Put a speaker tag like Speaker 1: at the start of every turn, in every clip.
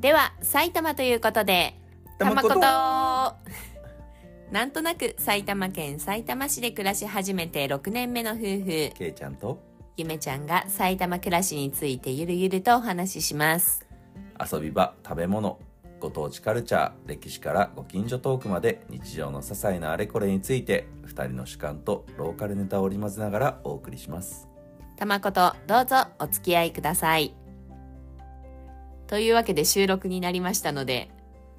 Speaker 1: では埼玉ということでたまこと なんとなく埼玉県埼玉市で暮らし始めて6年目の夫婦
Speaker 2: けいちゃんと
Speaker 1: ゆめちゃんが埼玉暮らしについてゆるゆるとお話しします
Speaker 2: 遊び場食べ物ご当地カルチャー歴史からご近所トークまで日常の些細なあれこれについて2人の主観とローカルネタを織り交ぜながらお送りします
Speaker 1: たまことどうぞお付き合いくださいというわけで収録になりましたので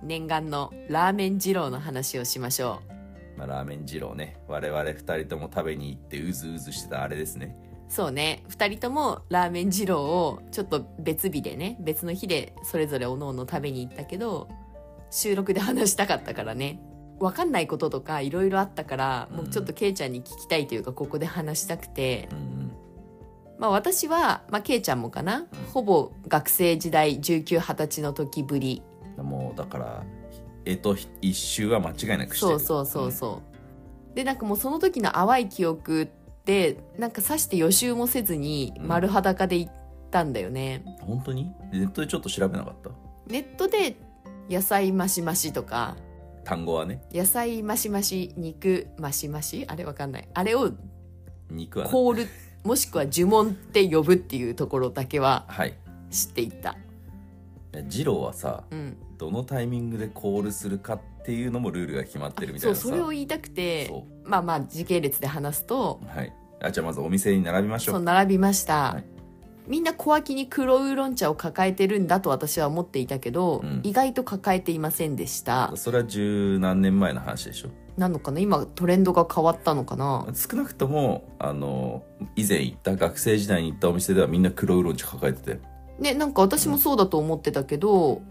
Speaker 1: 念願のラーメン二郎の話をしましょ
Speaker 2: まあ、ラーメン二郎ね我々2人とも食べに行ってうずうずしてたあれですね
Speaker 1: うそうね2人ともラーメン二郎をちょっと別日でね別の日でそれぞれおのおの食べに行ったけど収録で話したかったからね分かんないこととかいろいろあったから、もうちょっとケイちゃんに聞きたいというかここで話したくて
Speaker 2: うんうん
Speaker 1: まあ、私は、まあ、ケイちゃんもかな、ほぼ学生時代1920歳の時ぶり
Speaker 2: もうだからえと一周は間違いなくして
Speaker 1: そ
Speaker 2: る
Speaker 1: うそうそうそう、でなんかもうその時の淡い記憶ってなんかさして予習もせずに
Speaker 2: うん
Speaker 1: 丸裸で行ったんだよね、
Speaker 2: うん本当にネットでちょっと調べなかった
Speaker 1: ネットで「野菜マシマシ」とか
Speaker 2: 単語はね
Speaker 1: 「野菜マシマシ肉マシマシ」あれわかんないあれを
Speaker 2: 肉はね
Speaker 1: コールもしくは呪文って呼ぶっていうところだけは
Speaker 2: はい
Speaker 1: 知っていった
Speaker 2: いや二郎はさ
Speaker 1: うん
Speaker 2: どのタイミングでコールするかっていうのもルールが決まってるみた
Speaker 1: そ
Speaker 2: いうなさ
Speaker 1: それを言いたくて
Speaker 2: そ
Speaker 1: まあまあ時系列で話すと
Speaker 2: うはいあじゃあまずお店に並びましょ
Speaker 1: そう
Speaker 2: う
Speaker 1: 並びました、
Speaker 2: はい
Speaker 1: みんな小脇に黒ウーロン茶を抱えてるんだと私は思っていたけど、
Speaker 2: うん
Speaker 1: 意外と抱えていませんでした
Speaker 2: それは十何年前の話でしょ
Speaker 1: なのかな今トレンドが変わったのかな
Speaker 2: 少なくともあの以前行った学生時代に行ったお店ではみんな黒ウーロン茶抱えてて
Speaker 1: ねなんか私もそうだと思ってたけど、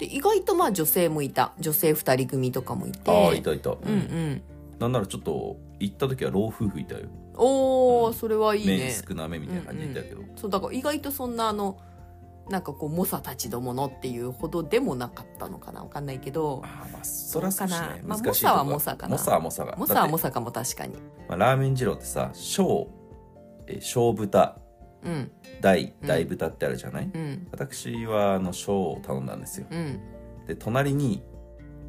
Speaker 1: で意外とまあ女性もいた女性2人組とかもいて
Speaker 2: ああいたいた、
Speaker 1: うんうん
Speaker 2: なんならちょっと行った時は老夫婦いたよ
Speaker 1: おー、
Speaker 2: うん
Speaker 1: それはいいね
Speaker 2: 麺少なめみたいな感じでいたけど、
Speaker 1: そうだから意外とそんなあのなんかこう猛者たちどものっていうほどでもなかったのかなわかんないけど
Speaker 2: ああまあそら少し
Speaker 1: そうか
Speaker 2: ね
Speaker 1: なまあ
Speaker 2: 難しいとこ
Speaker 1: 猛者は
Speaker 2: が
Speaker 1: 猛者かな
Speaker 2: 猛者は猛者が
Speaker 1: 猛者は猛
Speaker 2: だっ
Speaker 1: 者
Speaker 2: て
Speaker 1: かも確かに
Speaker 2: まあ、ラーメン二郎ってさ小えー小豚
Speaker 1: うん
Speaker 2: 大
Speaker 1: うん
Speaker 2: 大豚ってあるじゃない、
Speaker 1: うん
Speaker 2: 私はあの小を頼んだんですよ
Speaker 1: うん
Speaker 2: で隣に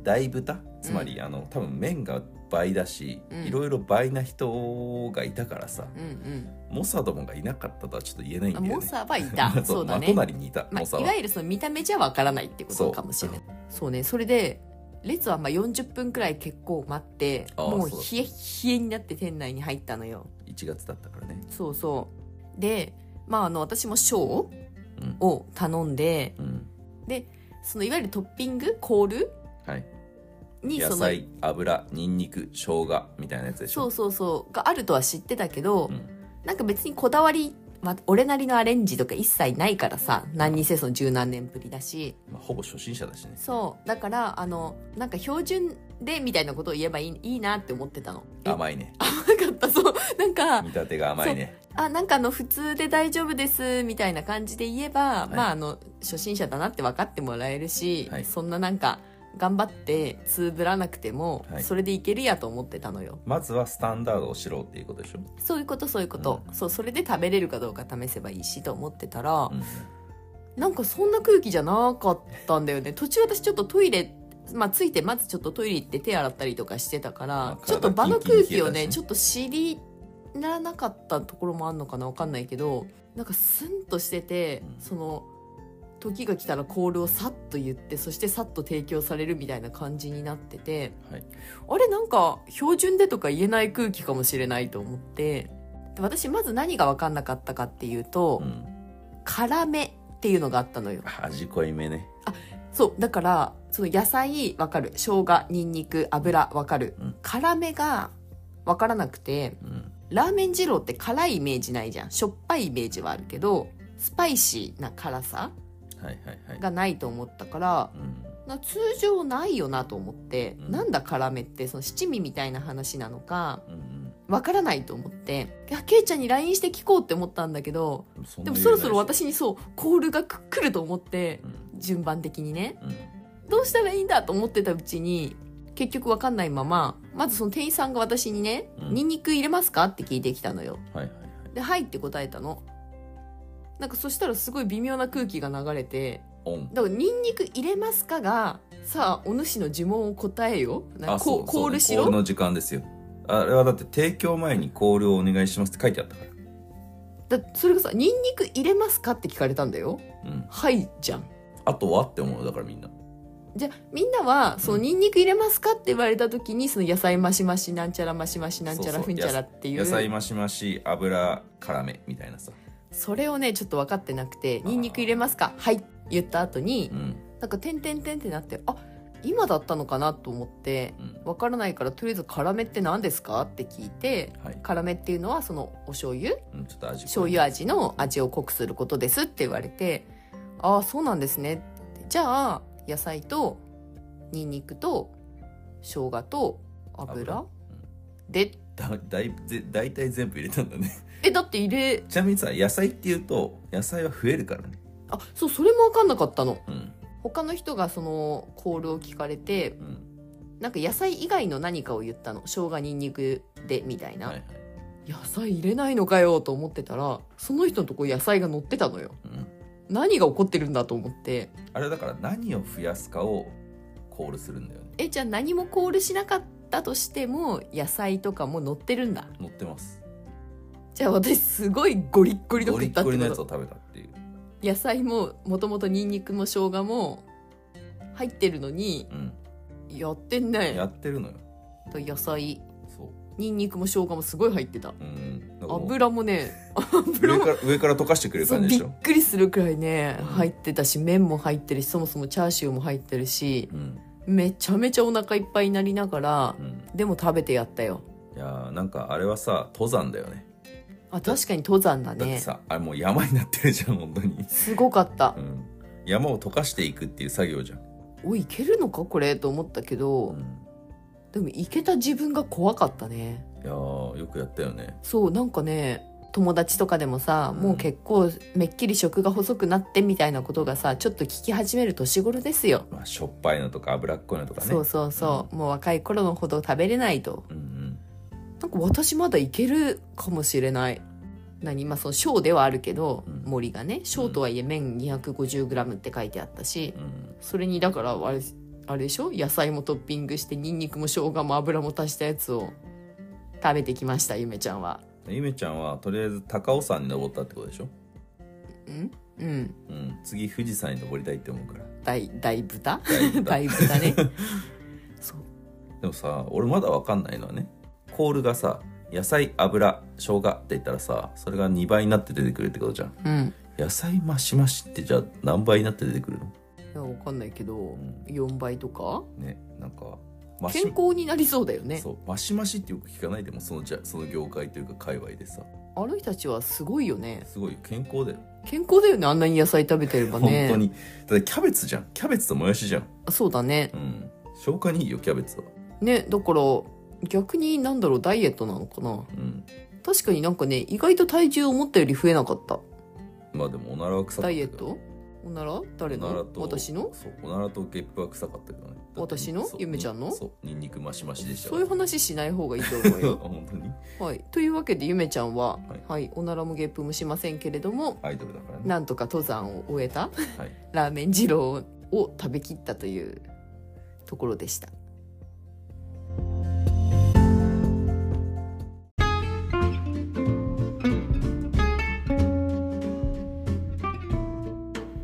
Speaker 2: 大豚つまり、あの多分麺が倍だし、
Speaker 1: うん
Speaker 2: いろいろ倍な人がいたからさ
Speaker 1: うんうん
Speaker 2: 猛者どもがいなかったとはちょっと言えないんだ
Speaker 1: あ
Speaker 2: よね
Speaker 1: 猛者はいた
Speaker 2: そう
Speaker 1: そうだね、
Speaker 2: まあ隣にいた
Speaker 1: ま
Speaker 2: 猛者
Speaker 1: あ、
Speaker 2: は、
Speaker 1: いわゆるその見た目じゃわからないってこ
Speaker 2: そ
Speaker 1: と
Speaker 2: う
Speaker 1: かもしれないそうねそれで列はまあ40分くらい結構待って
Speaker 2: ああ
Speaker 1: もう
Speaker 2: そうだ
Speaker 1: 冷え冷えになって店内に入ったのよ
Speaker 2: 1月だったからね
Speaker 1: そうそうでまああの私もショー
Speaker 2: うん、
Speaker 1: を頼んで
Speaker 2: うん、
Speaker 1: そのいわゆるトッピングコール
Speaker 2: はい
Speaker 1: に
Speaker 2: 野
Speaker 1: その
Speaker 2: 菜油にんにく生姜みたいなやつでし
Speaker 1: そ
Speaker 2: ょ
Speaker 1: うそうそうがあるとは知ってたけど、
Speaker 2: うん
Speaker 1: なんか別にこだわり、まあ、俺なりのアレンジとか一切ないからさ何にせその十何年ぶりだし
Speaker 2: まあ、ほぼ初心者だしね
Speaker 1: そうだからあのなんか標準でみたいなことを言えばいいいいなって思ってたのえ
Speaker 2: 甘いね
Speaker 1: 甘かった そうなんか
Speaker 2: 見立てが甘いね
Speaker 1: あなんかあの普通で大丈夫ですみたいな感じで言えば、
Speaker 2: い
Speaker 1: まああの初心者だなって分かってもらえるし、
Speaker 2: はい
Speaker 1: そんななんか頑張ってつぶらなくても、
Speaker 2: はい
Speaker 1: それでいけるやと思ってたのよ
Speaker 2: まずはスタンダードを知ろうっていうことでしょ、
Speaker 1: そういうことそういうこと、そうそれで食べれるかどうか試せばいいしと思ってたら、
Speaker 2: うん
Speaker 1: なんかそんな空気じゃなかったんだよね途中私ちょっとトイレまあ、ついてまずちょっとトイレ行って手洗ったりとかしてたから、
Speaker 2: まあ体
Speaker 1: ちょっと場の空気を
Speaker 2: キンキンに冷
Speaker 1: ね
Speaker 2: えたしね
Speaker 1: ちょっと知りななかったところもあるのかなわかんないけどなんかスンとしてて、
Speaker 2: うん
Speaker 1: その時が来たらコールをさっと言ってそしてさっと提供されるみたいな感じになってて
Speaker 2: はい、
Speaker 1: あれなんか標準でとか言えない空気かもしれないと思ってで私まず何が分かんなかったかっていうと
Speaker 2: う、ん、
Speaker 1: 辛めっていうのがあったのよ。
Speaker 2: 味濃いめね
Speaker 1: そうだからその野菜わかる生姜にんにく油わかる、
Speaker 2: うん
Speaker 1: 辛めがわからなくて
Speaker 2: うん
Speaker 1: ラーメン二郎って辛いイメージないじゃんしょっぱいイメージはあるけどスパイシーな辛さ
Speaker 2: はいはいはい
Speaker 1: がないと思ったから
Speaker 2: うん
Speaker 1: な通常ないよなと思って、
Speaker 2: うん
Speaker 1: なんだ辛めってその七味みたいな話なのか
Speaker 2: うん
Speaker 1: わからないと思っていやケイちゃんに LINE して聞こうって思ったんだけど
Speaker 2: うんそん
Speaker 1: で
Speaker 2: な
Speaker 1: も
Speaker 2: 余裕ないし
Speaker 1: そろそろ私にそうコールがく来ると思って
Speaker 2: うん
Speaker 1: 順番的にね
Speaker 2: うん
Speaker 1: どうしたらいいんだと思ってたうちに結局わかんないまままずその店員さんが私にね「
Speaker 2: うん
Speaker 1: ニンニク入れますか?」って聞いてきたのよ
Speaker 2: はいはいはい
Speaker 1: で「はい」って答えたのなんかそしたらすごい微妙な空気が流れて
Speaker 2: オン
Speaker 1: だからニンニク入れますかがさあお主の呪文を答えよなんか
Speaker 2: そ
Speaker 1: こう
Speaker 2: うそう
Speaker 1: コールし
Speaker 2: コール
Speaker 1: ろ
Speaker 2: の時間ですよあれはだって提供前にコールをお願いしますって書いてあったか
Speaker 1: だそれがさ「ニンニク入れますか?」って聞かれたんだよ
Speaker 2: らうん
Speaker 1: はいじゃん
Speaker 2: あとはって思うだからみんな
Speaker 1: じゃあみんなはその
Speaker 2: うん
Speaker 1: ニンニク入れますかって言われた時にその野菜マシマシなんちゃらマシマシなんちゃ
Speaker 2: そう
Speaker 1: ら
Speaker 2: そう
Speaker 1: ふんちゃらっていう
Speaker 2: 野菜マシマシ油辛めみたいなさ
Speaker 1: それをねちょっと分かってなくて
Speaker 2: あー
Speaker 1: ニンニク入れますかはい言った後に
Speaker 2: うん
Speaker 1: なんか点点点ってなってあ今だったのかなと思って
Speaker 2: うん
Speaker 1: 分からないからとりあえず辛めって何ですかって聞いて
Speaker 2: はい、
Speaker 1: 辛めっていうのはそのお醤油
Speaker 2: うん、ちょっと味
Speaker 1: 醤油味の味を濃くすることですって言われてああそうなんですねってじゃあ野菜とニンニクと生姜と油
Speaker 2: 油
Speaker 1: で
Speaker 2: だだいぜ大体全部入れたんだね
Speaker 1: えだって入れ
Speaker 2: ちなみにさ野菜っていうと野菜は増えるからね
Speaker 1: あそうそれも分かんなかったの
Speaker 2: うん
Speaker 1: 他の人がそのコールを聞かれて
Speaker 2: うん
Speaker 1: なんか野菜以外の何かを言ったの生姜ニンニクでみたいな、
Speaker 2: はいはい、
Speaker 1: 野菜入れないのかよと思ってたらその人のとこ野菜が乗ってたのよ
Speaker 2: うん、
Speaker 1: 何が起こってるんだと思って
Speaker 2: あれはだから何を増やすかをコールするんだよね
Speaker 1: えじゃあ何もコールしなかったとしても野菜とかも乗ってるんだ
Speaker 2: 乗ってます
Speaker 1: じゃあ私すごいゴリッゴリの
Speaker 2: ゴ
Speaker 1: 食
Speaker 2: リ
Speaker 1: った
Speaker 2: ッ
Speaker 1: っ
Speaker 2: ゴ
Speaker 1: て
Speaker 2: リのや
Speaker 1: こ
Speaker 2: つ
Speaker 1: と
Speaker 2: を食べたっていう
Speaker 1: 野菜ももともとニンニクも生姜も入ってるのに
Speaker 2: うん
Speaker 1: やってんね
Speaker 2: やってるのよ
Speaker 1: と野菜
Speaker 2: そ
Speaker 1: ニンニクも生姜もすごい入ってた
Speaker 2: ううんだからもう
Speaker 1: 油もね油
Speaker 2: 上
Speaker 1: も
Speaker 2: から上から溶かしてくれる
Speaker 1: そう
Speaker 2: 感じ
Speaker 1: び
Speaker 2: で
Speaker 1: っ
Speaker 2: しょ
Speaker 1: くりするくらいね
Speaker 2: うん
Speaker 1: 入ってたし麺も入ってるしそもそもチャーシューも入ってるし
Speaker 2: うん
Speaker 1: めちゃめちゃお腹いっぱいになりながら
Speaker 2: うん
Speaker 1: でも食べてやったよ
Speaker 2: いやーなんかあれはさ登山だよね
Speaker 1: あ確かに登山だ
Speaker 2: だって
Speaker 1: ね
Speaker 2: さあれもう山になってるじゃん本当に
Speaker 1: すごかった
Speaker 2: うん山を溶かしていくっていう作業じゃん、
Speaker 1: おいいけるのかこれと思ったけど、でもいけた自分が怖かったね
Speaker 2: いやーよくやったよね
Speaker 1: そうなんかね友達とかでもさ、
Speaker 2: うん
Speaker 1: もう結構めっきり食が細くなってみたいなことがさちょっと聞き始める年頃ですよ、
Speaker 2: まあしょっぱいのとか脂っこいのとかね
Speaker 1: そうそうそう、もう若い頃のほど食べれないと
Speaker 2: うん
Speaker 1: なんか私まだいけるかもしれない何まあその小ではあるけど、
Speaker 2: うん
Speaker 1: 森がね小とはいえ麺 250g って書いてあったし、
Speaker 2: うんうん
Speaker 1: それにだからあれあれでしょ野菜もトッピングしてニンニクも生姜も油も足したやつを食べてきましたゆめちゃんは
Speaker 2: ゆめちゃんはとりあえず高尾山に登ったってことでしょ、
Speaker 1: うんうん
Speaker 2: うん、次富士山に登りたいって思うから
Speaker 1: 大大豚
Speaker 2: だ い
Speaker 1: 大豚 ねそう
Speaker 2: でもさ俺まだ分かんないのはねコールがさ野菜油生姜って言ったらさそれが2倍になって出てくるってことじゃん
Speaker 1: うん
Speaker 2: 野菜マシマシってじゃあ何倍になって出てくるの
Speaker 1: いやわかんないけど
Speaker 2: ん
Speaker 1: 4倍とか
Speaker 2: ねなんかマシ
Speaker 1: 健康になりそうだよね
Speaker 2: そうマシマシってよく聞かないでもそのじゃその業界というか界隈でさ
Speaker 1: あの人たちはすごいよね
Speaker 2: すごいよ健康だよ、
Speaker 1: 健康だよねあんなに野菜食べてればね
Speaker 2: 本当にだってキャベツじゃんキャベツともやしじゃん
Speaker 1: そうだね
Speaker 2: うん消化にいいよキャベツは
Speaker 1: ねだから逆になんだろうダイエットなのかな
Speaker 2: うん
Speaker 1: 確かになんかね意外と体重思ったより増えなかった
Speaker 2: まあでもおならは臭かっ
Speaker 1: ダ
Speaker 2: たけ
Speaker 1: イエ
Speaker 2: ど
Speaker 1: ットおなら誰
Speaker 2: おなら
Speaker 1: の
Speaker 2: と
Speaker 1: 私の
Speaker 2: そうおならとゲップは臭かったけどねだって
Speaker 1: 私の
Speaker 2: そう
Speaker 1: ゆめちゃんの
Speaker 2: そうニンニクマシマシでした
Speaker 1: そういう話しない方がいいと思う
Speaker 2: よ
Speaker 1: よ。
Speaker 2: 本当に
Speaker 1: はい、というわけでゆめちゃんは、
Speaker 2: はい
Speaker 1: はいおならもゲップもしませんけれども
Speaker 2: アイドルだからね
Speaker 1: なんとか登山を終えた
Speaker 2: はい
Speaker 1: ラーメン二郎を食べきったというところでした。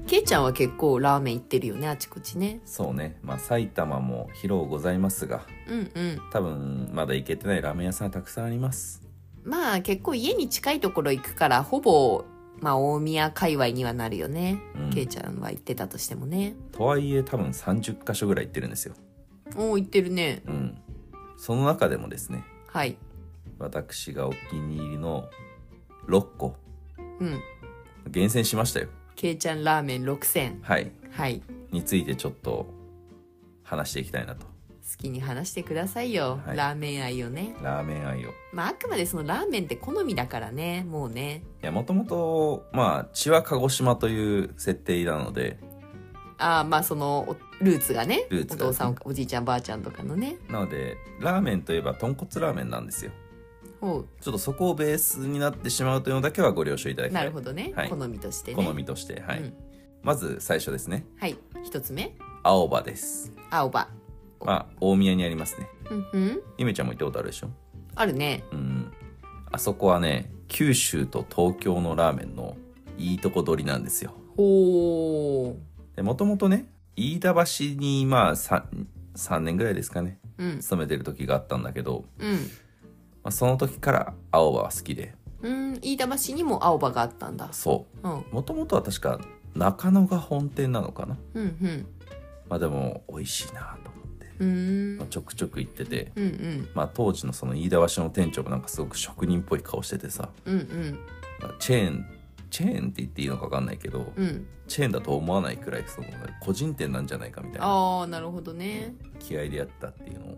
Speaker 1: けいちゃんは結構ラーメン行ってるよねあちこちね。
Speaker 2: そうねまあ埼玉も疲労ございますが
Speaker 1: うんうん。
Speaker 2: 多分まだ行けてないラーメン屋さんはたくさんあります
Speaker 1: まあ結構家に近いところ行くからほぼ、まあ、大宮界隈にはなるよね、
Speaker 2: うん
Speaker 1: けいちゃんは行ってたとしてもね
Speaker 2: とはいえ多分30か所ぐらい行ってるんですよ
Speaker 1: おお行ってるね
Speaker 2: うんその中でもですね
Speaker 1: はい
Speaker 2: 私がお気に入りの6個
Speaker 1: うん
Speaker 2: 厳選しましたよ
Speaker 1: けいちゃんラーメン6000
Speaker 2: はい
Speaker 1: はい
Speaker 2: についてちょっと話していきたいなと
Speaker 1: 好きに話してくださいよ、
Speaker 2: はい
Speaker 1: ラーメン愛をね
Speaker 2: ラーメン愛をい
Speaker 1: まああくまでそのラーメンって好みだからねもうね
Speaker 2: やもともとまあ血は鹿児島という設定なので
Speaker 1: ああまあそのおルーツがね
Speaker 2: ルーツ
Speaker 1: お
Speaker 2: が
Speaker 1: 父さんおおじいちゃんばあちゃんとかのね
Speaker 2: なのでラーメンといえば豚骨ラーメンなんですよ
Speaker 1: ほ
Speaker 2: ちょっとそこをベースになってしまうというのだけはご了承いただ
Speaker 1: う
Speaker 2: きた
Speaker 1: ないるほどね、
Speaker 2: はい
Speaker 1: 好みとしてね
Speaker 2: 好みとしてはい、
Speaker 1: うん
Speaker 2: まず最初ですね
Speaker 1: はい一つ目
Speaker 2: 青葉です
Speaker 1: 青葉
Speaker 2: まあ大宮にありますね
Speaker 1: うんうん
Speaker 2: ゆめちゃんも行ったことあるでしょ
Speaker 1: あるね
Speaker 2: うんあそこはね九州と東京のラーメンのいいとこ取りなんですよ
Speaker 1: ほう
Speaker 2: でもともとね飯田橋にまあ 3, 3年ぐらいですかね
Speaker 1: うん
Speaker 2: 勤めてる時があったんだけど、
Speaker 1: うん
Speaker 2: まあ、その時から青葉は好きで
Speaker 1: うん飯田橋にも青葉があったんだ
Speaker 2: そ
Speaker 1: うんうん
Speaker 2: うもともとは確か中野が本店なのかな
Speaker 1: うん
Speaker 2: まあでも美味しいなと思って、
Speaker 1: うーん
Speaker 2: まあ、ちょくちょく行ってて
Speaker 1: うんうん
Speaker 2: まあ当時のその飯田橋の店長もなんかすごく職人っぽい顔しててさ、
Speaker 1: うんうん
Speaker 2: まあチェーンチェーンって言っていいのか分かんないけど、
Speaker 1: うん
Speaker 2: チェーンだと思わないくらいその個人店なんじゃないかみたいな
Speaker 1: ああなるほどね
Speaker 2: 気合でやったっていうのを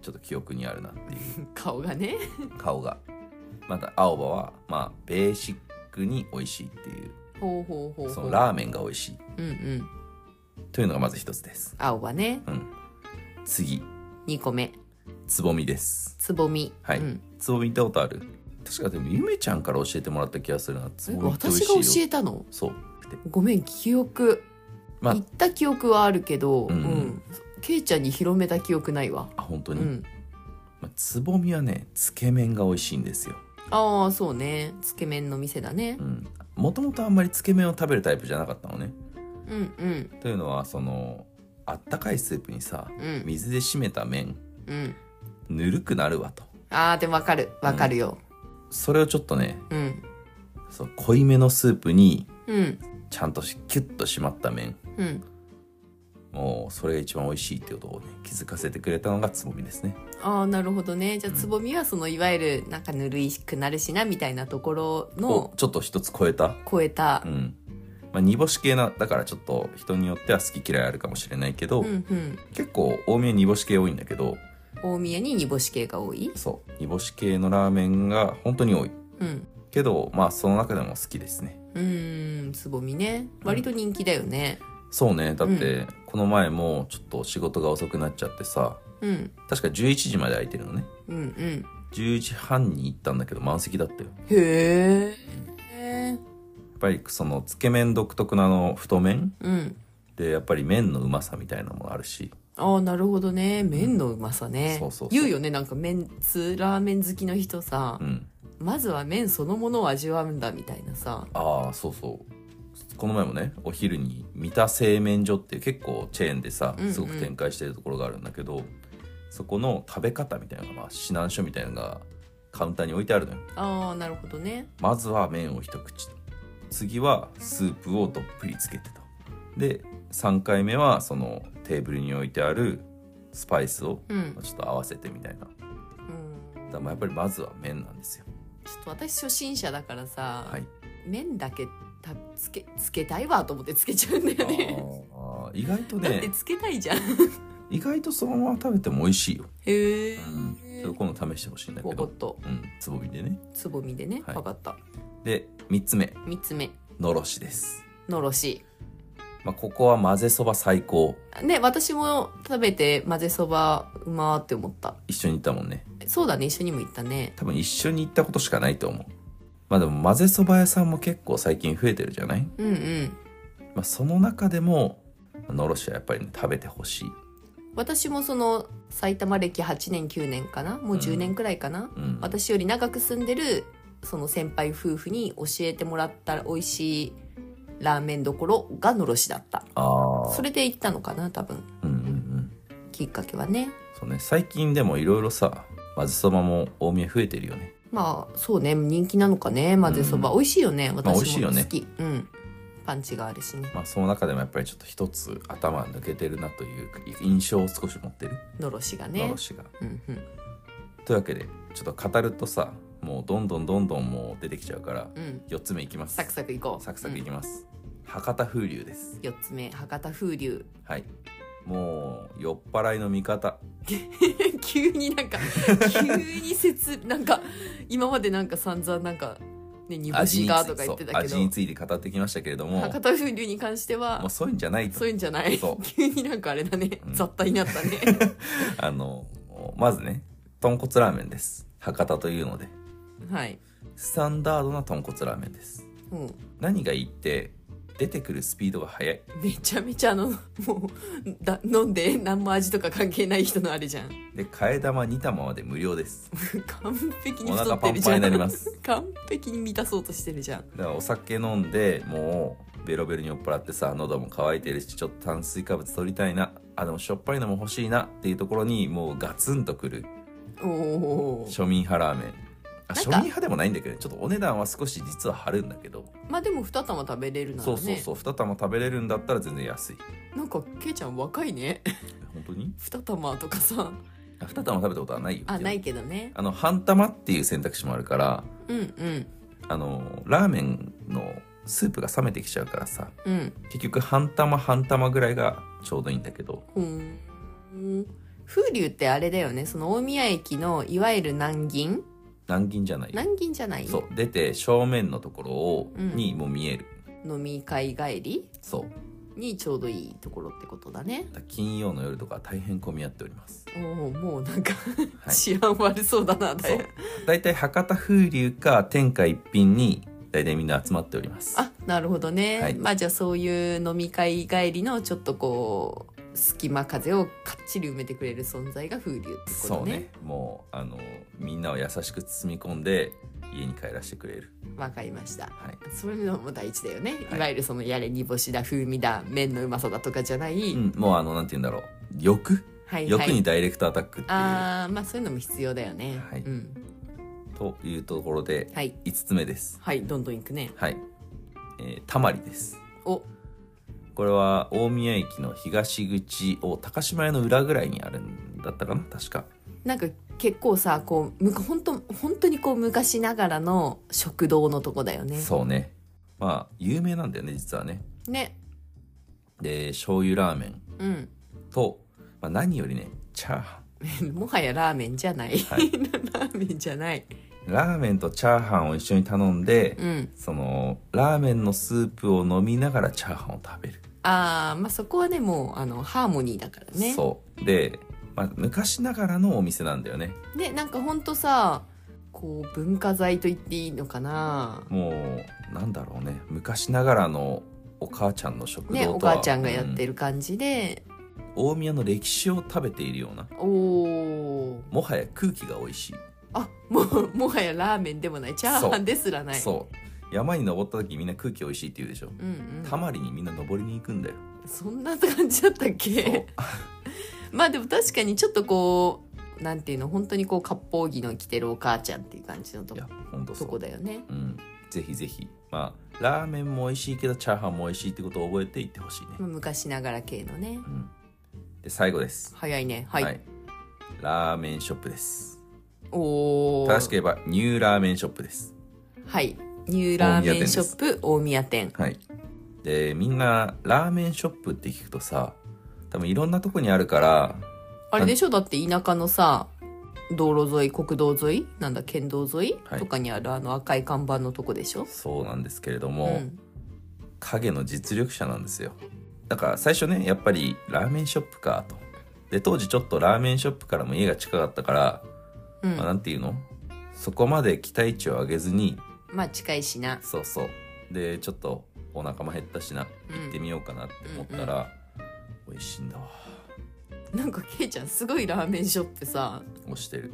Speaker 2: ちょっと記憶にあるなっていう
Speaker 1: 顔がね
Speaker 2: 顔が また青葉はまあベーシックに美味しいっていう
Speaker 1: ほうほうほうほう
Speaker 2: そのラーメンが美味しい
Speaker 1: うんうん
Speaker 2: というのがまず一つです
Speaker 1: 青葉ね
Speaker 2: 次
Speaker 1: 二個目
Speaker 2: つぼみです
Speaker 1: つぼみ
Speaker 2: はい
Speaker 1: うん
Speaker 2: つぼみ行ったことある確かでもゆめちゃんから教えてもらった気がするなつ
Speaker 1: え
Speaker 2: ぼみって美
Speaker 1: 私
Speaker 2: 味
Speaker 1: が
Speaker 2: しいよ
Speaker 1: 教えたの
Speaker 2: そうで
Speaker 1: ごめん記憶、
Speaker 2: まあ
Speaker 1: 言った記憶はあるけど、
Speaker 2: う
Speaker 1: うんんケイちゃんに広めた記憶ないわ、
Speaker 2: あ本当
Speaker 1: う
Speaker 2: に、
Speaker 1: ん、
Speaker 2: まあ、つぼみはねつけ麺が美味しいんですよ
Speaker 1: ああそうねつけ麺の店だね
Speaker 2: うんもともとあんまりつけ麺を食べるタイプじゃなかったのね
Speaker 1: うんうん
Speaker 2: というのはそのあったかいスープにさ
Speaker 1: うん
Speaker 2: 水で締めた麺
Speaker 1: うん
Speaker 2: ぬるくなるわと
Speaker 1: ああでもわかるわかるよ
Speaker 2: それをちょっとね
Speaker 1: うん
Speaker 2: そう濃いめのスープに
Speaker 1: うん
Speaker 2: ちゃんとしキュッと締まった麺
Speaker 1: うん
Speaker 2: もうそれが一番美味しいってことをね気づかせてくれたのがつぼみですね
Speaker 1: ああなるほどねじゃあ
Speaker 2: うん
Speaker 1: つぼみはそのいわゆるなんかぬるいくなるしなみたいなところ
Speaker 2: を
Speaker 1: の
Speaker 2: ちょっと一つ超えた
Speaker 1: 超えた
Speaker 2: う、んまあ煮干し系なだからちょっと人によっては好き嫌いあるかもしれないけど、
Speaker 1: うん、うん
Speaker 2: 結構大宮煮干し系多いんだけど
Speaker 1: 大宮に煮干し系が多い
Speaker 2: そう煮干し系のラーメンが本当に多い
Speaker 1: うん
Speaker 2: けどまあその中でも好きですね
Speaker 1: うーんつぼみね割と人気だよね
Speaker 2: そうねだってこの前もちょっと仕事が遅くなっちゃってさ
Speaker 1: うん
Speaker 2: 確か11時まで空いてるのね
Speaker 1: うんうん
Speaker 2: 10時半に行ったんだけど満席だったよや
Speaker 1: へえ。
Speaker 2: っぱりそのつけ麺独特のあの太麺
Speaker 1: うん。
Speaker 2: でやっぱり麺のうまさみたいなのもあるし
Speaker 1: ああ、なるほどね。麺のうまさね。
Speaker 2: そうそうそう
Speaker 1: 言うよね、なんか麺通、ラーメン好きの人さ、
Speaker 2: うん
Speaker 1: まずは麺そのものを味わうんだみたいなさ。
Speaker 2: ああそうそうこの前もねお昼に三田製麺所っていう結構チェーンでさ
Speaker 1: うんうん
Speaker 2: すごく展開してるところがあるんだけど、そこの食べ方みたいなのが、まあ、指南書みたいなのがカウンターに置いてあるのよ
Speaker 1: ああ、なるほどね。
Speaker 2: まずは麺を一口次はスープをどっぷりつけてとで3回目はそのテーブルに置いてあるスパイスを
Speaker 1: うん。
Speaker 2: ちょっと合わせてみたいなだか
Speaker 1: うん、ち
Speaker 2: ら
Speaker 1: ょ
Speaker 2: まあやっぱりまずは麺なんですよ
Speaker 1: っと私初心者だからさ、
Speaker 2: はい
Speaker 1: 麺だけたつけつけたいわと思ってつけちゃうんだよね。
Speaker 2: あー意外と
Speaker 1: だって
Speaker 2: ね
Speaker 1: つけたいじゃん。
Speaker 2: 意外とそのまま食べても美味しいよ、
Speaker 1: へえ
Speaker 2: うん、それ。今度試してほしいんだ
Speaker 1: ボ
Speaker 2: け
Speaker 1: コ
Speaker 2: ど
Speaker 1: ッと
Speaker 2: うんつぼみでね
Speaker 1: つぼみでね。
Speaker 2: はい
Speaker 1: わかった。
Speaker 2: で3つ目
Speaker 1: 三つ目、
Speaker 2: のろしです、
Speaker 1: のろし。
Speaker 2: まあ、ここは混ぜそば最高
Speaker 1: ね私も食べて混ぜそばうまーって思った
Speaker 2: 一緒に行ったもんね
Speaker 1: そうだね一緒にも行ったね
Speaker 2: 多分一緒に行ったことしかないと思うまあでも混ぜそば屋さんも結構最近増えてるじゃない、
Speaker 1: うんうん
Speaker 2: まあ、その中でものろしはやっぱりね食べてほしい、
Speaker 1: 私もその埼玉歴8年9年かなもう
Speaker 2: う
Speaker 1: 10
Speaker 2: ん
Speaker 1: 年くらいかな、
Speaker 2: うん、
Speaker 1: 私より長く住んでるその先輩夫婦に教えてもらった美味しいラーメンどころがのろしだった
Speaker 2: ああ
Speaker 1: それで行ったのかな多分
Speaker 2: うんうんうん
Speaker 1: きっかけはね
Speaker 2: そうね最近でもいろいろさ混ぜそばも大宮増えてるよね
Speaker 1: まあそうね人気なのかね混ぜそば、
Speaker 2: う
Speaker 1: 美味しいよね
Speaker 2: まあ美味し
Speaker 1: 私
Speaker 2: い
Speaker 1: も
Speaker 2: よね
Speaker 1: 好き、うんパンチがあるしね
Speaker 2: まあその中でもやっぱりちょっと一つ頭抜けてるなという印象を少し持ってる
Speaker 1: のろしが
Speaker 2: の
Speaker 1: ね
Speaker 2: ろしが、
Speaker 1: うんうん
Speaker 2: というわけでちょっと語るとさもうどんどんどんどんもう出てきちゃうから
Speaker 1: うん
Speaker 2: 4つ目いきます
Speaker 1: サクサクいこう
Speaker 2: サクサクい
Speaker 1: うん
Speaker 2: きます、博多風流です
Speaker 1: 四つ目博多風流
Speaker 2: はい。もう酔っ払いの味方。
Speaker 1: 急になんか急に説なんか今までなんか散々なんかね煮干しがとか言ってたけ
Speaker 2: 味
Speaker 1: ど
Speaker 2: についそう味について語ってきましたけれども、
Speaker 1: 博多風流に関して
Speaker 2: も
Speaker 1: は
Speaker 2: うそういうんじゃないと
Speaker 1: そういうんじゃない
Speaker 2: そ う
Speaker 1: 急になんかあれだね、
Speaker 2: うん
Speaker 1: 雑多になったね
Speaker 2: あのまずね、豚骨ラーメンです。博多というので、
Speaker 1: はい、
Speaker 2: スタンダードな豚骨ラーメンです。
Speaker 1: うん、
Speaker 2: 何がいいって出てくるスピードが速い
Speaker 1: めちゃめちゃあのもうだ飲んで何も味とか関係ない人のあれじゃん
Speaker 2: で替え玉2玉まで無料です
Speaker 1: 完璧に太ってるじゃん
Speaker 2: お腹パンパンになります
Speaker 1: 完璧に満たそうとしてるじゃん
Speaker 2: だからお酒飲んでもうベロベロに酔っ払ってさ喉も渇いてるしちょっと炭水化物取りたいなあでもしょっぱいのも欲しいなっていうところにもうガツンとくる
Speaker 1: おお
Speaker 2: 庶民派ラーメンあ
Speaker 1: なん
Speaker 2: 庶
Speaker 1: か
Speaker 2: 民派でもないんだけどねちょっとお値段は少し実は張るんだけど、
Speaker 1: まあでも2玉食べれるならね
Speaker 2: そうそうそう2玉食べれるんだったら全然安い
Speaker 1: なんかケイちゃん若いね
Speaker 2: 本当に
Speaker 1: 2玉とかさ
Speaker 2: あ2玉食べたことはないよ
Speaker 1: あないけどね
Speaker 2: あの半玉っていう選択肢もあるから
Speaker 1: うんうん
Speaker 2: あのラーメンのスープが冷めてきちゃうからさ
Speaker 1: うん
Speaker 2: 結局半玉半玉ぐらいがちょうどいいんだけど
Speaker 1: ほん風流ってあれだよねその大宮駅のいわゆる南銀
Speaker 2: 南銀じゃないよ
Speaker 1: 南銀じゃない
Speaker 2: そう出て正面のところを、
Speaker 1: うん
Speaker 2: にもう見える
Speaker 1: 飲み会帰り
Speaker 2: そう
Speaker 1: にちょうどいいところってことだね
Speaker 2: だから金曜の夜とかは大変混み合っております、
Speaker 1: おおもうなんか
Speaker 2: はい、
Speaker 1: 治安悪そうだな、だいぶ
Speaker 2: そう大体博多風流か天下一品に大体みんな集まっております
Speaker 1: あなるほどね、
Speaker 2: はい
Speaker 1: まあじゃあそういう飲み会帰りのちょっとこう隙間風をかっちり埋めてくれる存在が風流ってこ
Speaker 2: そ
Speaker 1: と
Speaker 2: うね
Speaker 1: ね
Speaker 2: もうあのみんなを優しく包み込んで家に帰らせてくれる
Speaker 1: わ、かりました
Speaker 2: はい
Speaker 1: それのも大事だよね、
Speaker 2: はい
Speaker 1: い、わゆるそのやれ煮干しだ風味だ麺のうまさだとかじゃない、
Speaker 2: うん、もうあのなんて言うんだろう欲
Speaker 1: はいは
Speaker 2: 欲
Speaker 1: い
Speaker 2: にダイレクトアタックっていう
Speaker 1: あーまあそういうのも必要だよね
Speaker 2: はい
Speaker 1: うん、
Speaker 2: というところで
Speaker 1: はい
Speaker 2: 5つ目です
Speaker 1: はいどんどんいくね
Speaker 2: はいえーたまりです
Speaker 1: お
Speaker 2: これは大宮駅の東口を高島屋の裏ぐらいにあるんだったかな確か
Speaker 1: なんか結構さこうむか本当本当にこう昔ながらの食堂のとこだよね
Speaker 2: そうねまあ有名なんだよね実はね
Speaker 1: ね
Speaker 2: で醤油ラーメン
Speaker 1: うん
Speaker 2: と、まあ、何よりねチャーハン
Speaker 1: もはやラーメンじゃない、
Speaker 2: はい
Speaker 1: ラーメンじゃない
Speaker 2: ラーメンとチャーハンを一緒に頼んで、
Speaker 1: うん
Speaker 2: そのラーメンのスープを飲みながらチャーハンを食べる、
Speaker 1: ああまあそこはねもうあのハーモニーだからね
Speaker 2: そうで、まあ、昔ながらのお店なんだよね
Speaker 1: でなんかほんとさこう文化財と言っていいのかな
Speaker 2: もうなんだろうね昔ながらのお母ちゃんの食堂とは、
Speaker 1: ねお母ちゃんがやって
Speaker 2: る、
Speaker 1: る感じで、
Speaker 2: 大宮の歴史を食べているような
Speaker 1: おお
Speaker 2: もはや空気が美味しい、
Speaker 1: あもうもはやラーメンでもないチャーハンですらない
Speaker 2: そう山に登った時みんな空気美味しいって言うでしょ
Speaker 1: う、ん
Speaker 2: たまりにみんな登りに行くんだよ
Speaker 1: うん、そんな感じだったっ
Speaker 2: そう
Speaker 1: け まあでも確かにちょっとこうなんていうの本当にこう割烹着の着てるお母ちゃんっていう感じのと
Speaker 2: い
Speaker 1: こ
Speaker 2: やほんとそ
Speaker 1: と
Speaker 2: う
Speaker 1: こだよね
Speaker 2: うん、ぜひぜひまあラーメンも美味しいけどチャーハンも美味しいってことを覚えていってほしいね、
Speaker 1: 昔ながら系のね
Speaker 2: うん、で最後です
Speaker 1: 早いねはい、
Speaker 2: ラーメンショップです
Speaker 1: おお
Speaker 2: 正しければニューラーメンショップです
Speaker 1: はいニューラーメンショップ大宮店
Speaker 2: はいでみんなラーメンショップって聞くとさ多分いろんなとこにあるから
Speaker 1: あれでしょだって田舎のさ道路沿い国道沿いなんだ県道沿い、
Speaker 2: はい
Speaker 1: とかにあるあの赤い看板のとこでしょ
Speaker 2: そうなんですけれど
Speaker 1: う
Speaker 2: も、
Speaker 1: ん
Speaker 2: 影の実力者なんですよだから最初ねやっぱりラーメンショップかとで当時ちょっとラーメンショップからも家が近かったから
Speaker 1: うん
Speaker 2: まあ、なんていうのそこまで期待値を上げずに
Speaker 1: まあ近いしな
Speaker 2: そうそうでちょっとお腹も減ったしな行ってみようかなって思ったら、美味しいんだわ
Speaker 1: なんかケイちゃんすごいラーメンショップさ
Speaker 2: 押してる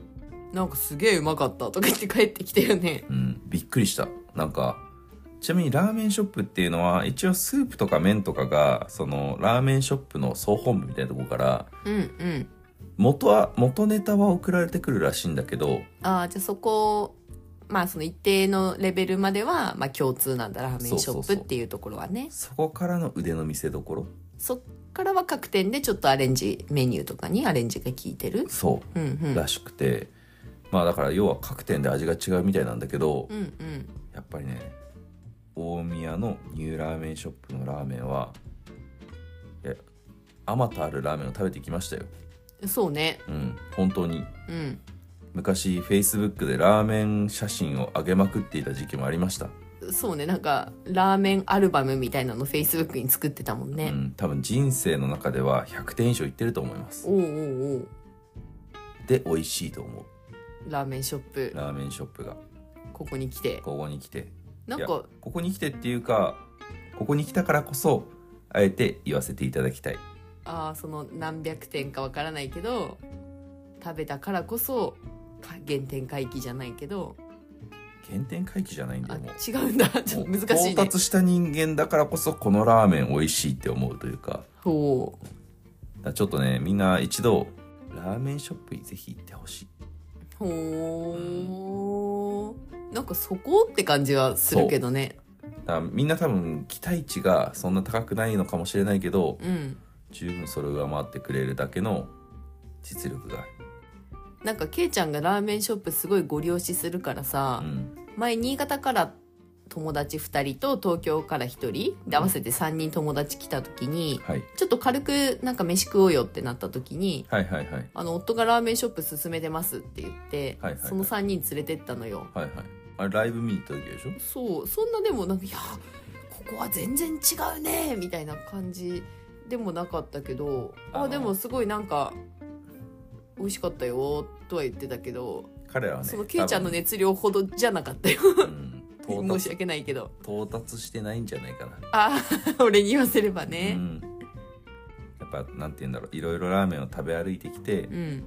Speaker 1: なんかすげえうまかったとか言って帰ってきたよね
Speaker 2: うんびっくりしたなんかちなみにラーメンショップっていうのは一応スープとか麺とかがそのラーメンショップの総本部みたいなとこから
Speaker 1: うんうん
Speaker 2: 元は元ネタは送られてくるらしいんだけど
Speaker 1: ああじゃあそこをまあその一定のレベルまではまあ共通なんだラーメンショ
Speaker 2: そう
Speaker 1: ッ
Speaker 2: そ
Speaker 1: プ
Speaker 2: う
Speaker 1: っ
Speaker 2: そう
Speaker 1: ていうところはね
Speaker 2: そこからの腕の見せ所
Speaker 1: そっからは各店でちょっとアレンジメニューとかにアレンジが効いてる。
Speaker 2: そ
Speaker 1: うんう。
Speaker 2: うんらしくて、まあだから要は各店で味が違うみたいなんだけど、
Speaker 1: うんうん。
Speaker 2: やっぱりね大宮のニューラーメンショップのラーメンはいやあまたあるラーメンを食べてきましたよ
Speaker 1: そうね。
Speaker 2: うん本当に
Speaker 1: うん。
Speaker 2: 昔 Facebook でラーメン写真を上げまくっていた時期もありました、
Speaker 1: そうね。なんかラーメンアルバムみたいなの Facebook に作ってたもん
Speaker 2: う
Speaker 1: ね。
Speaker 2: ん、多分人生の中では100点以上いってると思います
Speaker 1: おうおうおう。
Speaker 2: で美味しいと思う
Speaker 1: ラーメンショップ
Speaker 2: ラーメンショップが
Speaker 1: ここに来て
Speaker 2: ここに来て
Speaker 1: なん
Speaker 2: いや
Speaker 1: か
Speaker 2: ここに来てっていうかここに来たからこそあえて言わせていただきたい
Speaker 1: ああその何百点かわからないけど食べたからこそか原点回帰じゃないけど
Speaker 2: 原点回帰じゃないんだ
Speaker 1: あ
Speaker 2: よもう
Speaker 1: 違うんだ ちょっと難しい
Speaker 2: 到
Speaker 1: ね
Speaker 2: 達した人間だからこそこのラーメン美味しいって思うというか
Speaker 1: ほう
Speaker 2: だからちょっとねみんな一度ラーメンショップにぜひ行ってほしい
Speaker 1: ほうなんかそこって感じはするけどね
Speaker 2: だからみんな多分期待値がそんな高くないのかもしれないけど
Speaker 1: うん
Speaker 2: 十分それを上回ってくれるだけの実力がある、
Speaker 1: なんかケイちゃんがラーメンショップすごいご利用しするからさ、
Speaker 2: うん、
Speaker 1: 前新潟から友達2人と東京から1人で合わせて3人友達来た時に
Speaker 2: はい
Speaker 1: ちょっと軽くなんか飯食おうよってなった時に
Speaker 2: はいはいはい
Speaker 1: あの夫がラーメンショップ勧めてますって言って、
Speaker 2: はいはいはい
Speaker 1: その3人連れてったのよ
Speaker 2: はいはいあれライブ見に行った時でしょ
Speaker 1: そうそんなでもなんかいやここは全然違うねみたいな感じでもなかったけど
Speaker 2: あ
Speaker 1: あ
Speaker 2: の
Speaker 1: でもすごいなんか美味しかったよとは言ってたけど、
Speaker 2: 彼らはね
Speaker 1: そのケイちゃんの
Speaker 2: ね、
Speaker 1: 熱量ほどじゃなかったよ
Speaker 2: 多分うん
Speaker 1: 申
Speaker 2: 到
Speaker 1: し
Speaker 2: 達
Speaker 1: 訳ないけど
Speaker 2: 到達してないんじゃないかな
Speaker 1: あ あ俺に言わせれば
Speaker 2: う
Speaker 1: ね
Speaker 2: ん、やっぱなんて言うんだろういろいろラーメンを食べ歩いてきて、
Speaker 1: うん、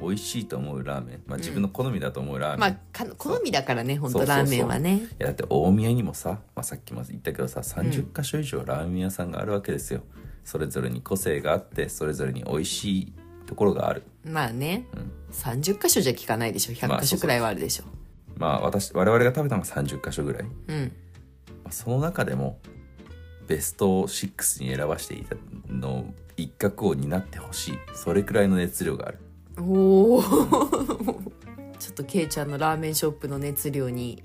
Speaker 2: 美味しいと思うラーメン、まあ、
Speaker 1: うん
Speaker 2: 自分の好みだと思うラーメン、
Speaker 1: ま
Speaker 2: い
Speaker 1: あか好みだからね本
Speaker 2: そ
Speaker 1: 当
Speaker 2: うそうそう
Speaker 1: ラーメンはね
Speaker 2: やだって大宮にもさ、まあ、さっきも言ったけどさ30か所以上ラーメン屋さんがあるわけですよ、それぞれに個性があってそれぞれに美味しいところがある
Speaker 1: まあね、
Speaker 2: うん
Speaker 1: 30箇所じゃ聞かないでしょ100
Speaker 2: まあ
Speaker 1: 箇
Speaker 2: そ
Speaker 1: 所
Speaker 2: うそう
Speaker 1: くらいはあるでしょ、
Speaker 2: まあ私我々が食べたのが30か所ぐらい、ま
Speaker 1: うん
Speaker 2: あその中でもベスト6に選ばせていたの一角を担ってほしいそれくらいの熱量がある
Speaker 1: おおちょっとケイちゃんのラーメンショップの熱量に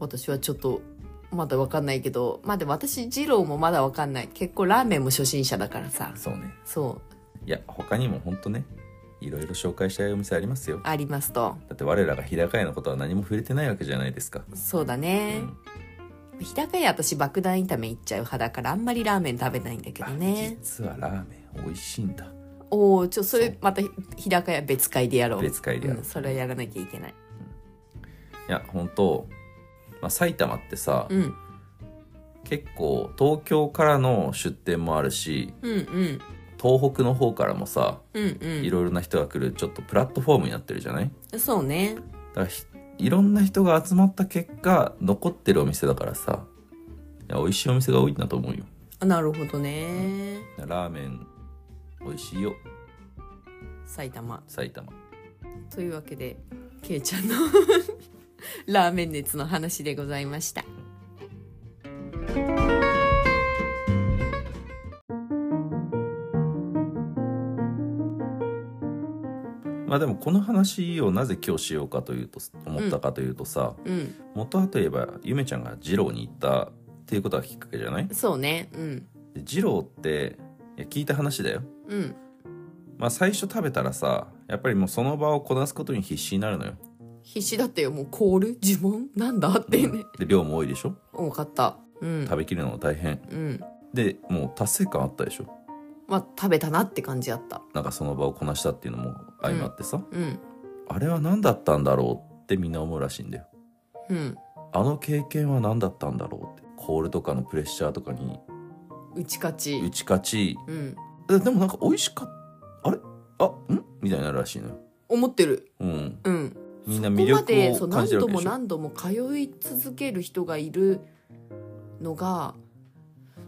Speaker 1: 私はちょっとまだわかんないけどまあでも私二郎もまだわかんない結構ラーメンも初心者だからさ
Speaker 2: そうね
Speaker 1: そう
Speaker 2: いや他にも本当ねいろいろ紹介したいお店ありますよ
Speaker 1: ありますと
Speaker 2: だって我らが日高屋のことは何も触れてないわけじゃないですか、
Speaker 1: そうだ
Speaker 2: う
Speaker 1: ね、
Speaker 2: ん
Speaker 1: 日高屋私爆弾炒めいっちゃう派だからあんまりラーメン食べないんだけど
Speaker 2: あ
Speaker 1: ね
Speaker 2: 実はラーメン美味しいんだ
Speaker 1: おおちょそ
Speaker 2: そう
Speaker 1: れまた日高屋別会でやろう
Speaker 2: 別会でやろ
Speaker 1: う
Speaker 2: う
Speaker 1: んそれはやらなきゃいけない
Speaker 2: いや本当、まあ、埼玉ってさ、
Speaker 1: うん
Speaker 2: 結構東京からの出店もあるし
Speaker 1: うんうん
Speaker 2: 東北の方からもさ
Speaker 1: うん
Speaker 2: いろいろな人が来るちょっとプラットフォームになってるじゃない
Speaker 1: うんそうね
Speaker 2: だからひいろんな人が集まった結果残ってるお店だからさいや美味しいお店が多いんだと思うよ
Speaker 1: あなるほどね
Speaker 2: ラーメン美味しいよ
Speaker 1: 埼玉
Speaker 2: 埼玉
Speaker 1: というわけでけいちゃんの ラーメン熱の話でございました
Speaker 2: まあでもこの話をなぜ今日しようかというと思ったかというとさ、
Speaker 1: うん
Speaker 2: 元はといえばゆめちゃんが二郎に行ったっていうことがきっかけじゃない
Speaker 1: そうねうん
Speaker 2: で二郎っていや聞いた話だよ
Speaker 1: うん
Speaker 2: まあ最初食べたらさやっぱりもうその場をこなすことに必死になるのよ
Speaker 1: 必死だったよもうコール呪文なんだってね
Speaker 2: で量も多いでしょ
Speaker 1: 多かったうん
Speaker 2: 食べきるのも大変
Speaker 1: うん
Speaker 2: でもう達成感あったでしょ
Speaker 1: まあ食べたなって感じだった
Speaker 2: なんかその場をこなしたっていうのも相まってさ、
Speaker 1: うん
Speaker 2: あれは何だったんだろうってみんな思うらしいんだよ
Speaker 1: うん
Speaker 2: あの経験は何だったんだろうってコールとかのプレッシャーとかに
Speaker 1: 打ち勝
Speaker 2: 打
Speaker 1: ち
Speaker 2: ち勝ち
Speaker 1: うん
Speaker 2: えでもなんか美味しかったあれあんみたいになるらしいのよ、
Speaker 1: 思ってる
Speaker 2: うん、
Speaker 1: うん
Speaker 2: みんな
Speaker 1: ここ
Speaker 2: 魅
Speaker 1: まで
Speaker 2: 力
Speaker 1: そう
Speaker 2: を感
Speaker 1: 何
Speaker 2: じる
Speaker 1: 度
Speaker 2: わけで
Speaker 1: も
Speaker 2: しょ
Speaker 1: 何度も通い続ける人がいるのが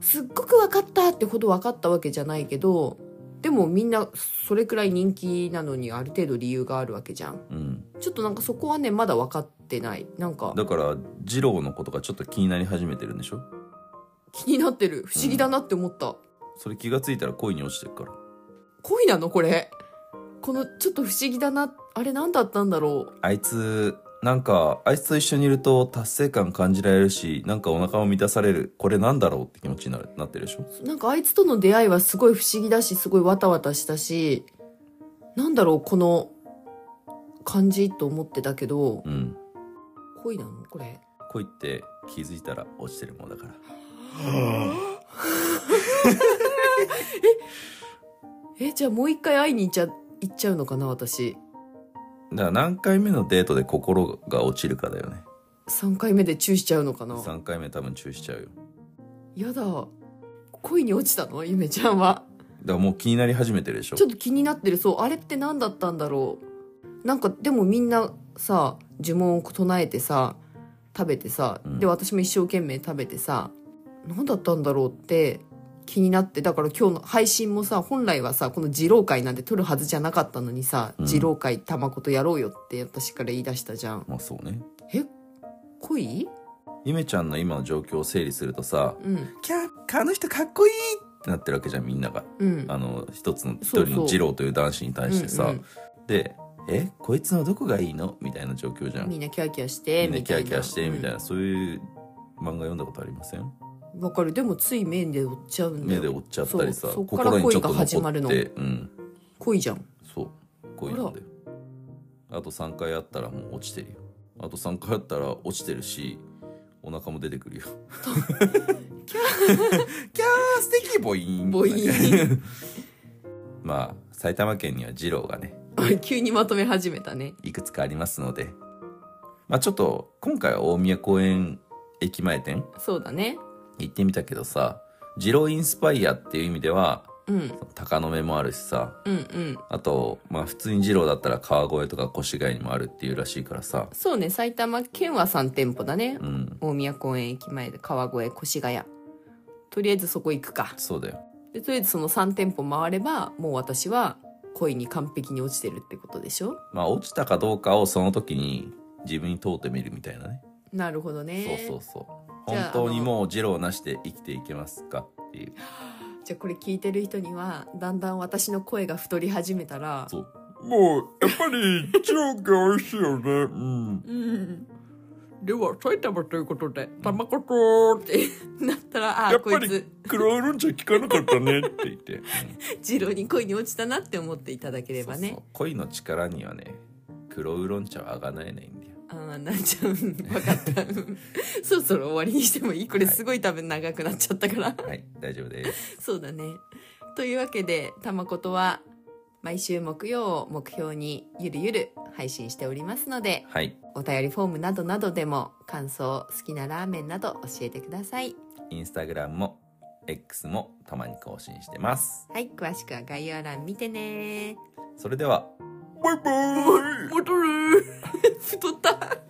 Speaker 1: すっごく分かったってほど分かったわけじゃないけどでもみんなそれくらい人気なのにある程度理由があるわけじゃん
Speaker 2: うん、
Speaker 1: ちょっとなんかそこはねまだ分かってないなんか
Speaker 2: だから二郎のことがちょっと気になり始めてるんでしょ
Speaker 1: 気になってる不思議だなって思った、
Speaker 2: それ気がついたら恋に落ちてるから
Speaker 1: 恋なのこれこのちょっと不思議だなあれ何だったんだろ
Speaker 2: あいつなんかあいつと一緒にいると達成感感じられるしなんかお腹も満たされるこれなんだろうって気持ちになるなってるでしょ
Speaker 1: うなんかあいつとの出会いはすごい不思議だしすごいわたわたしたしなんだろうこの感じと思ってたけど
Speaker 2: うん
Speaker 1: 恋なのこれ
Speaker 2: 恋って気づいたら落ちてるもんだから
Speaker 1: えじゃあもう一回会いに行っちゃ行っちゃうのかな私
Speaker 2: だから何回目のデートで心が落ちるかだよね
Speaker 1: 3回目でチューしちゃうのかな
Speaker 2: 3回目多分チューしちゃうよ
Speaker 1: やだ恋に落ちたのゆめちゃんは
Speaker 2: からもう気になり始めてるでしょ
Speaker 1: ちょっと気になってるそうあれって何だったんだろうなんかでもみんなさ呪文を唱えてさ食べてさ、
Speaker 2: うん
Speaker 1: で私も一生懸命食べてさ何だったんだろうって気になってだから今日の配信もさ本来はさこの二郎会なんて撮るはずじゃなかったのにさ、
Speaker 2: うん
Speaker 1: 二郎会たまことやろうよって私から言い出したじゃん
Speaker 2: まあそうね
Speaker 1: 恋
Speaker 2: ゆめちゃんの今の状況を整理するとさ
Speaker 1: うん
Speaker 2: 「キャッあの人かっこいい!」ってなってるわけじゃんみんなが
Speaker 1: うん
Speaker 2: あの一つの一
Speaker 1: そうそう
Speaker 2: 人の二郎という男子に対してさ、
Speaker 1: うんうん
Speaker 2: で「えこいつのどこがいいの?」みたいな状況じゃん
Speaker 1: みんなキャーキャーして
Speaker 2: みんなキャーキャーしてみたいな、
Speaker 1: うん
Speaker 2: そういう漫画読んだことありません
Speaker 1: わ、かるでもつい目で追っちゃうんだ
Speaker 2: 目で
Speaker 1: よ
Speaker 2: 追っちゃったりさ
Speaker 1: そうそっから
Speaker 2: 心にちょっと
Speaker 1: 恋が始ま
Speaker 2: 残
Speaker 1: る
Speaker 2: っ
Speaker 1: の
Speaker 2: てうん
Speaker 1: 恋じゃん
Speaker 2: そう恋なんだよあと3回やったらもう落ちてるよあと3回やったら落ちてるしお腹も出て くるよ キャー素敵ボイーン
Speaker 1: ボイー
Speaker 2: ン まあ埼玉県には二郎がね
Speaker 1: 急にまとめ始めたね
Speaker 2: いくつかありますのでまあちょっと今回は大宮公園駅前店
Speaker 1: そうだね
Speaker 2: 行ってみたけどさ二郎インスパイアっていう意味では
Speaker 1: うん
Speaker 2: 鷹の目もあるしさ
Speaker 1: うんうん
Speaker 2: あとまあ普通に二郎だったら川越とか越谷にもあるっていうらしいからさ
Speaker 1: そうね埼玉県は3店舗だね
Speaker 2: う、ん
Speaker 1: 大宮公園駅前で川越越谷とりあえずそこ行くか
Speaker 2: そうだよ
Speaker 1: でとりあえずその3店舗回ればもう私は恋に完璧に落ちてるってことでしょ
Speaker 2: まあ落ちたかどうかをその時に自分に問うてみるみたいなね、
Speaker 1: なるほどね
Speaker 2: そうそうそう
Speaker 1: じゃあ
Speaker 2: 本当にもう二郎なしで生きていけますかっていう
Speaker 1: じゃあこれ聞いてる人にはだんだん私の声が太り始めたら
Speaker 2: そうもうやっぱり二郎が美味しいよねうん
Speaker 1: うんでは埼玉ということでたまことってなったらああこいつ
Speaker 2: 黒ウーロン茶効かなかったねって 言って、うん
Speaker 1: 二郎に恋に落ちたなって思っていただければね
Speaker 2: そうそう恋の力にはね黒ウーロン茶はあがな えないんだよ
Speaker 1: ああなっちゃう分かった うんそろそろ終わりにしてもいいこれすごい多分長くなっちゃったから、
Speaker 2: はい大丈夫です
Speaker 1: そうだねというわけでたまことは毎週木曜を目標にゆるゆる配信しておりますので
Speaker 2: はい
Speaker 1: お便りフォームなどなどでも感想好きなラーメンなど教えてください
Speaker 2: インスタグラムも X もたまに更新してます
Speaker 1: はい詳しくは概要欄見てね
Speaker 2: それではバイバイ
Speaker 1: 戻る太った